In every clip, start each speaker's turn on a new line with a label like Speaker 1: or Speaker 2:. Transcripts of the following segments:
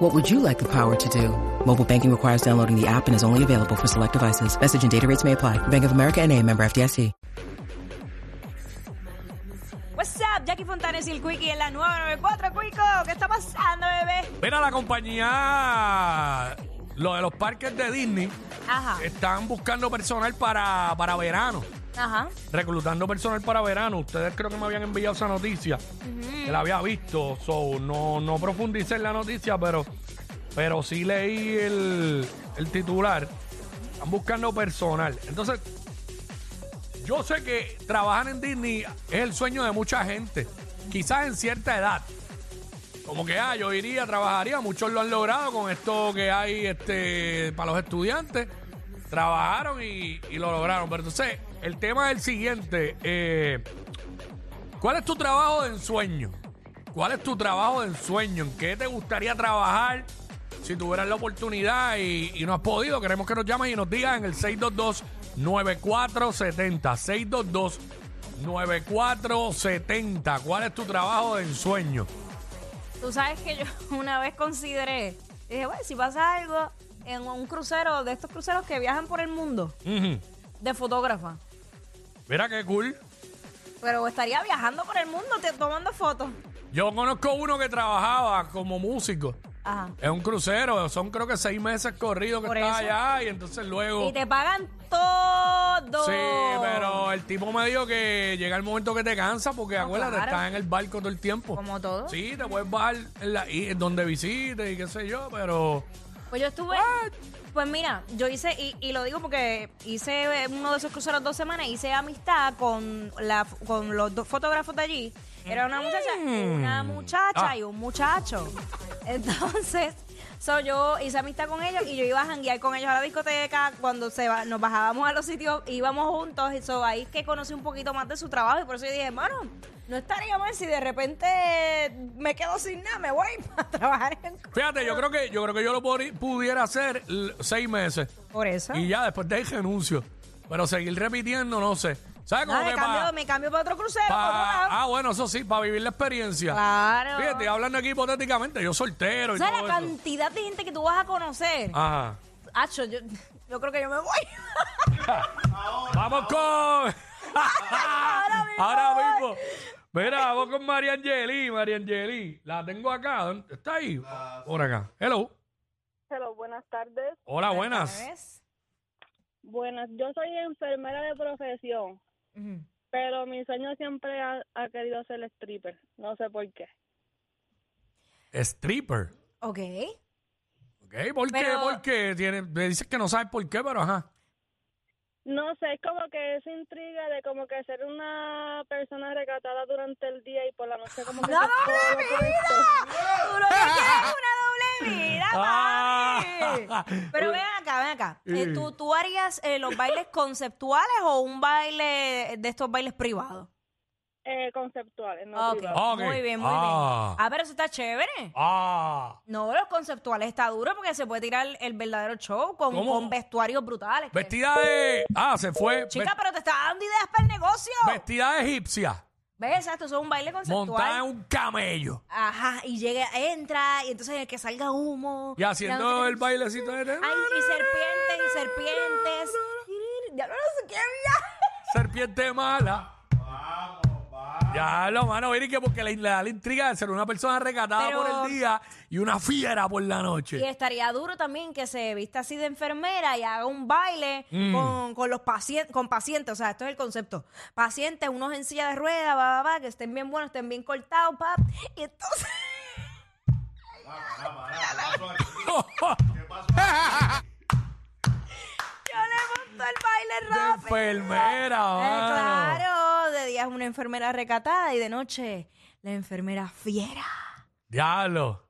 Speaker 1: What would you like the power to do? Mobile banking requires downloading the app and is only available for select devices. Message and data rates may apply. Bank of America and a member FDIC.
Speaker 2: What's up, Jackie Fontanes y el Quickie en la 994, Quico. ¿Qué está pasando, bebé?
Speaker 3: Mira, la compañía, lo de los parques de Disney,
Speaker 2: Ajá,
Speaker 3: están buscando personal para, para verano,
Speaker 2: ajá.
Speaker 3: reclutando personal para verano. Ustedes creo que me habían enviado esa noticia, que la había visto, so, no, no profundicé en la noticia, pero, pero sí leí el, el titular. Están buscando personal. Entonces, yo sé que trabajar en Disney es el sueño de mucha gente, quizás en cierta edad. Como que ah, yo iría, trabajaría, muchos lo han logrado con esto que hay este para los estudiantes. Trabajaron y, y lo lograron. Pero entonces, el tema es el siguiente. eh, ¿Cuál es tu trabajo de ensueño? ¿Cuál es tu trabajo de ensueño? ¿En qué te gustaría trabajar si tuvieras la oportunidad y, y no has podido? Queremos que nos llames y nos digas en el 622-9470. 622-9470. ¿Cuál es tu trabajo de ensueño?
Speaker 2: Tú sabes que yo una vez consideré, dije, bueno, si pasa algo en un crucero, de estos cruceros que viajan por el mundo,
Speaker 3: Ujú.
Speaker 2: de fotógrafa.
Speaker 3: Mira qué cool.
Speaker 2: Pero estaría viajando por el mundo te- tomando fotos.
Speaker 3: Yo conozco uno que trabajaba como músico.
Speaker 2: Ajá.
Speaker 3: Es un crucero, son creo que seis meses corridos que
Speaker 2: Por
Speaker 3: estaba
Speaker 2: eso.
Speaker 3: allá y entonces luego...
Speaker 2: Y te pagan todo.
Speaker 3: Sí, pero el tipo me dijo que llega el momento que te cansa porque acuérdate,
Speaker 2: claro.
Speaker 3: estás en el barco todo el tiempo.
Speaker 2: Como todo.
Speaker 3: Sí, te puedes bajar en la, y- donde visites y qué sé yo, pero...
Speaker 2: Pues yo estuve. Pues mira, yo hice, y, y lo digo porque hice eh, uno de esos cruceros dos semanas, hice amistad con, la, con los dos fotógrafos de allí. Era una muchacha, una muchacha
Speaker 3: Mm. Ah.
Speaker 2: y un muchacho. Entonces, so yo hice amistad con ellos y yo iba a janguear con ellos a la discoteca. Cuando se ba- nos bajábamos a los sitios, íbamos juntos. Y so ahí es que conocí un poquito más de su trabajo. Y por eso yo dije, hermano, no estaría mal si de repente me quedo sin nada, me voy a trabajar en.
Speaker 3: Fíjate, yo creo que yo creo que yo lo podri- pudiera hacer l- seis meses
Speaker 2: Por eso.
Speaker 3: y ya después de ahí renuncio. Pero seguir repitiendo, no sé. ¿Sabes
Speaker 2: No,
Speaker 3: cómo
Speaker 2: me
Speaker 3: que
Speaker 2: cambio,
Speaker 3: pa-
Speaker 2: me cambio para otro crucero.
Speaker 3: pa-
Speaker 2: para otro lado.
Speaker 3: Ah, bueno, eso sí, para vivir la experiencia.
Speaker 2: Claro.
Speaker 3: Fíjate, ah, hablando aquí hipotéticamente, yo soltero
Speaker 2: O
Speaker 3: y
Speaker 2: sea,
Speaker 3: todo
Speaker 2: la
Speaker 3: eso.
Speaker 2: cantidad de gente que tú vas a conocer.
Speaker 3: Ajá.
Speaker 2: Acho, yo, yo creo que yo me voy.
Speaker 3: Vamos con. Ahora
Speaker 2: mismo.
Speaker 3: Ahora mismo. Mira, vamos con María Angeli. María Angeli. La tengo acá. ¿Dónde- ¿Está ahí? Por acá. Hello.
Speaker 4: Hello, buenas tardes.
Speaker 3: Hola, buenas.
Speaker 2: ¿Ves?
Speaker 4: Buenas, yo soy enfermera de profesión,
Speaker 2: Ujú.
Speaker 4: pero mi sueño siempre ha, ha querido ser stripper, no sé por qué.
Speaker 3: Stripper.
Speaker 2: Ok.
Speaker 3: Ok, ¿por qué?
Speaker 2: Pero-
Speaker 3: ¿Por qué? Tiene- me dices que no sabes por qué, pero ajá.
Speaker 4: No sé, es como que esa intriga de como que ser una persona recatada durante el día y por la noche como que...
Speaker 2: ¡La
Speaker 4: hacer todo
Speaker 2: doble
Speaker 4: lo
Speaker 2: vida! ¡Tú lo que quieres es una doble vida,
Speaker 3: Ah.
Speaker 2: mami! Pero ven acá, ven acá. Eh,
Speaker 3: Eh.
Speaker 2: ¿tú, ¿Tú harías eh, los bailes conceptuales o un baile de estos bailes privados?
Speaker 4: Eh, conceptuales, no
Speaker 2: Ok.
Speaker 4: privadas.
Speaker 3: Ok.
Speaker 2: Muy bien, muy
Speaker 3: Ah.
Speaker 2: bien. Ah, pero eso está chévere.
Speaker 3: Ah.
Speaker 2: No, los conceptuales está duro porque se puede tirar el, el verdadero show con,
Speaker 3: ¿Cómo?
Speaker 2: con vestuarios brutales. que-
Speaker 3: Vestida de. Ah, se fue.
Speaker 2: Chica,
Speaker 3: Ve-
Speaker 2: pero te está dando ideas para el negocio.
Speaker 3: Vestida de egipcia.
Speaker 2: ¿Ves? Exacto, eso es un baile conceptual.
Speaker 3: Montada en un camello.
Speaker 2: Ajá, y llega, entra, y entonces el que salga humo.
Speaker 3: Y haciendo
Speaker 2: no sé
Speaker 3: el
Speaker 2: qué-
Speaker 3: bailecito de.
Speaker 2: Ay, y serpientes, y serpientes. Diablo, no sé qué había.
Speaker 3: Serpiente mala. Ya, lo mano, Viri, que porque le, le da la intriga de ser una persona recatada
Speaker 2: Pero-
Speaker 3: por el día y una fiera por la
Speaker 2: Y
Speaker 3: noche.
Speaker 2: estaría duro también que se vista así de enfermera y haga un baile
Speaker 3: Mm.
Speaker 2: con, con los pacientes, con pacientes, o sea, esto es el concepto. Pacientes, unos en silla de ruedas, va, va, va, que estén bien buenos, estén bien cortados, pap. Y entonces...
Speaker 3: ¡Oh,
Speaker 2: Yo le monto el baile
Speaker 3: De
Speaker 2: rápido.
Speaker 3: enfermera,
Speaker 2: Eh,
Speaker 3: mano.
Speaker 2: claro, de día es una enfermera recatada y de noche la enfermera fiera.
Speaker 3: Diablo.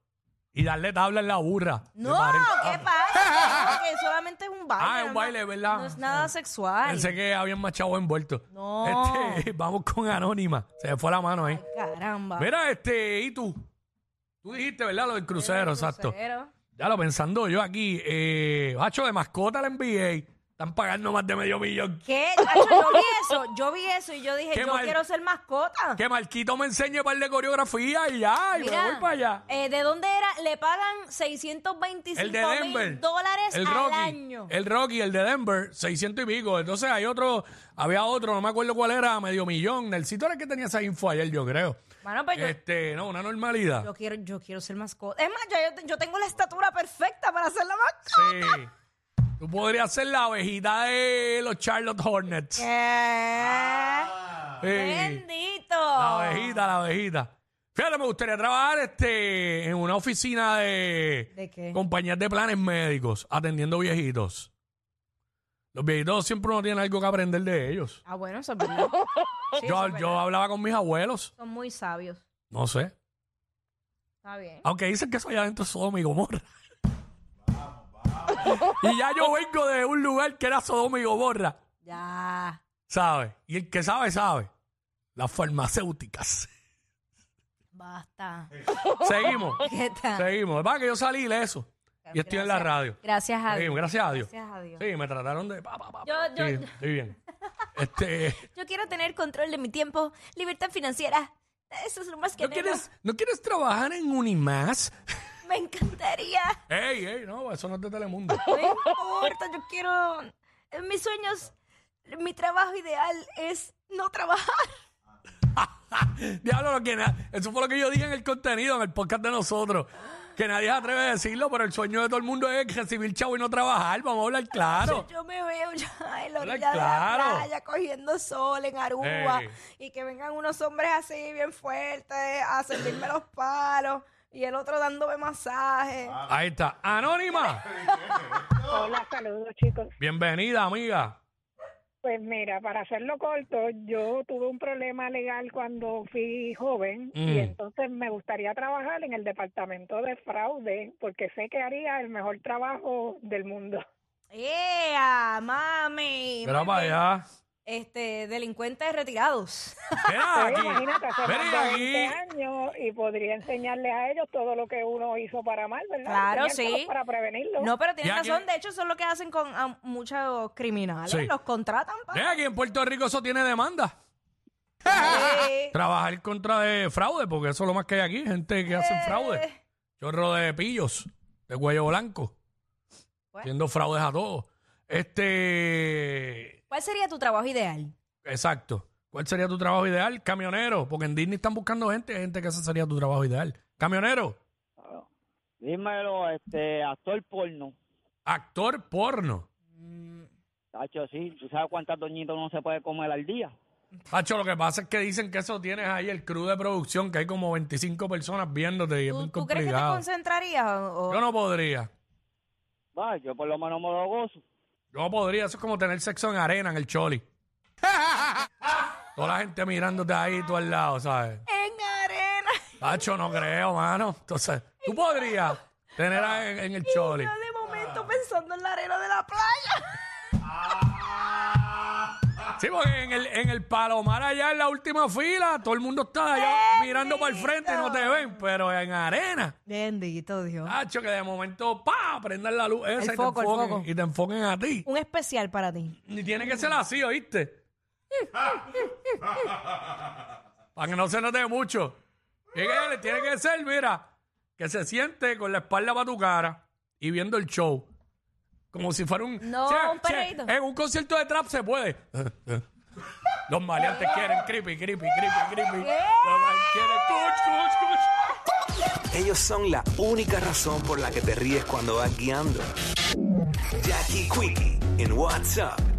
Speaker 3: y darle tabla en la burra. de
Speaker 2: No,
Speaker 3: pared.
Speaker 2: ¿qué pasa? Porque solamente es un baile.
Speaker 3: Ah, es
Speaker 2: no-
Speaker 3: un baile, ¿verdad? Ah.
Speaker 2: No es nada sexual.
Speaker 3: Pensé que habían machado envuelto.
Speaker 2: No.
Speaker 3: Este, vamos con Anónima. Se me fue la mano ahí.
Speaker 2: Caramba.
Speaker 3: Mira, este, y tú. Tú dijiste, ¿verdad? Lo del crucero, exacto.
Speaker 2: Cero.
Speaker 3: Ya lo pensando yo aquí. Eh, bacho de mascota la NBA. Están pagando más de medio millón.
Speaker 2: ¿Qué? Chacho, yo vi eso, yo vi eso y yo dije,
Speaker 3: Qué
Speaker 2: yo
Speaker 3: mal-
Speaker 2: quiero ser mascota.
Speaker 3: Que Marquito me enseñe un par de coreografía y ya, y
Speaker 2: Mira,
Speaker 3: me voy para allá.
Speaker 2: eh, ¿De dónde era? Le pagan 625
Speaker 3: El de Denver.
Speaker 2: mil dólares
Speaker 3: el
Speaker 2: al
Speaker 3: Rocky, Eh,
Speaker 2: año.
Speaker 3: El Rocky, el de Denver, 600 y pico. Entonces hay otro, había otro, no me acuerdo cuál era, medio millón. Nelsito era el que tenía esa info ayer, yo creo.
Speaker 2: Bueno, pues yo,
Speaker 3: Este, no, una normalidad.
Speaker 2: yo quiero, yo quiero ser mascota. Es más, ya yo, yo tengo la estatura perfecta para ser la mascota.
Speaker 3: Sí. Tú podrías ser la abejita de los Charlotte Hornets.
Speaker 2: ¿Qué?
Speaker 3: Ah. Sí.
Speaker 2: Bendito.
Speaker 3: La abejita, la abejita. Fíjate, me gustaría trabajar este, en una oficina de,
Speaker 2: ¿De qué?
Speaker 3: compañías de planes médicos, atendiendo viejitos. Los viejitos siempre uno tiene algo que aprender de ellos.
Speaker 2: Ah, bueno, eso es verdad. Sí, eso
Speaker 3: yo,
Speaker 2: es
Speaker 3: yo
Speaker 2: verdad.
Speaker 3: hablaba con mis abuelos,
Speaker 2: Son muy sabios.
Speaker 3: no sé.
Speaker 2: Está bien.
Speaker 3: Aunque dicen que eso allá adentro es Sodoma y Gomorra. y ya yo vengo de un lugar que era Sodoma y Gomorra,
Speaker 2: Ya.
Speaker 3: ¿sabes? Y el que sabe, sabe. Las farmacéuticas.
Speaker 2: Basta.
Speaker 3: Seguimos.
Speaker 2: ¿Qué tal?
Speaker 3: Seguimos. Es para que yo salí ileso. Y estoy en la radio.
Speaker 2: Gracias a Dios.
Speaker 3: Seguimos, gracias a Dios.
Speaker 2: Gracias a Dios.
Speaker 3: Sí, me trataron de. pa, pa, pa,
Speaker 2: Yo-
Speaker 3: pa.
Speaker 2: yo-
Speaker 3: Sí, estoy bien. Este.
Speaker 2: Yo quiero tener control de mi tiempo, libertad financiera. Eso es lo más que
Speaker 3: ¿No
Speaker 2: anhelo.
Speaker 3: quieres, ¿No quieres trabajar en Unimás?
Speaker 2: Me encantaría.
Speaker 3: Ey, ey, no, eso no es de Telemundo.
Speaker 2: No importa, yo quiero. eh, Mis sueños, mi trabajo ideal es no trabajar.
Speaker 3: Diablo, lo que na- eso fue lo que yo dije en el contenido, en el podcast de nosotros. Que nadie se atreve a decirlo, pero el sueño de todo el mundo es recibir chavo y no trabajar. Vamos a hablar claro.
Speaker 2: Yo me veo ya en la
Speaker 3: Hola,
Speaker 2: orilla de
Speaker 3: claro.
Speaker 2: la playa cogiendo sol en Aruba
Speaker 3: Ey.
Speaker 2: y que vengan unos hombres así bien fuertes a servirme los palos y el otro dándome masaje.
Speaker 3: Ahí está. Anónima.
Speaker 5: Hola, saludos chicos.
Speaker 3: Bienvenida, amiga.
Speaker 5: Pues mira, para hacerlo corto, yo tuve un problema legal cuando fui joven
Speaker 3: Mm.
Speaker 5: y entonces me gustaría trabajar en el departamento de fraude porque sé que haría el mejor trabajo del mundo.
Speaker 2: ¡Ea, mami!
Speaker 3: Mira
Speaker 2: Muy
Speaker 3: para
Speaker 2: bien.
Speaker 3: allá.
Speaker 2: este, delincuentes retirados.
Speaker 3: Mira
Speaker 5: Pero
Speaker 3: aquí.
Speaker 5: imagínate, hace más de
Speaker 3: Mira
Speaker 5: 20
Speaker 3: aquí.
Speaker 5: años y podría enseñarles a ellos todo lo que uno hizo para mal, ¿verdad?
Speaker 2: Claro,
Speaker 5: Enseñárselos
Speaker 2: sí.
Speaker 5: Para prevenirlo.
Speaker 2: No, pero tienes
Speaker 3: Ya que-
Speaker 2: razón. De hecho, eso es lo que hacen con ah, muchos criminales.
Speaker 3: Sí.
Speaker 2: Los contratan para...
Speaker 3: Mira aquí en Puerto Rico eso tiene demanda.
Speaker 2: Sí.
Speaker 3: Trabajar contra de fraude, porque eso es lo más que hay aquí. Gente que
Speaker 2: Eh.
Speaker 3: hace fraude. Chorro de pillos, de cuello blanco.
Speaker 2: Bueno.
Speaker 3: Haciendo fraudes a todos. Este.
Speaker 2: ¿Cuál sería tu trabajo ideal?
Speaker 3: Exacto. ¿Cuál sería tu trabajo ideal? Camionero, porque en Disney están buscando gente, gente que ese sería tu trabajo ideal. Camionero,
Speaker 6: Dímelo, este, actor porno.
Speaker 3: actor porno.
Speaker 6: Tacho, sí, ¿tú sabes cuántas doñitas uno se puede comer al día?
Speaker 3: Hacho, lo que pasa es que dicen que eso tienes ahí el crew de producción, que hay como 25 personas viéndote y es
Speaker 2: ¿Tú,
Speaker 3: muy
Speaker 2: tú crees que te
Speaker 3: complicado.
Speaker 2: concentrarías? o- o-
Speaker 3: Yo no podría.
Speaker 6: Va, yo por lo menos me lo gozo.
Speaker 3: Yo no podría. Eso es como tener sexo en arena en el choli. Toda la gente mirándote ahí, tú al lado, ¿sabes?
Speaker 2: En arena.
Speaker 3: Hacho, no creo, mano. Entonces, tú podrías tener a- en, en el choli.
Speaker 2: Yo de momento pensando en la arena de la playa.
Speaker 3: Sí, porque en el, en el palomar allá en la última fila, todo el mundo está allá mirando para el frente y no te ven, pero en arena.
Speaker 2: Bendito Dios.
Speaker 3: Hacho, que de momento, pa, prendan la luz esa y,
Speaker 2: foco,
Speaker 3: te
Speaker 2: el
Speaker 3: enfoquen,
Speaker 2: foco.
Speaker 3: y te enfoquen a ti.
Speaker 2: Un especial para ti.
Speaker 3: Y tiene que ser así, ¿oíste? para que no se note mucho. Tiene que, tiene que ser, mira, que se siente con la espalda para tu cara y viendo el show. Como si fuera un...
Speaker 2: No, un perrito.
Speaker 3: en un concierto de trap se puede. Los maleantes quieren creepy, creepy, creepy, creepy. Los maleantes quieren cuch, cuch, cuch.
Speaker 7: Ellos son la única razón por la que te ríes cuando vas guiando. Jackie Quickie en WhatsApp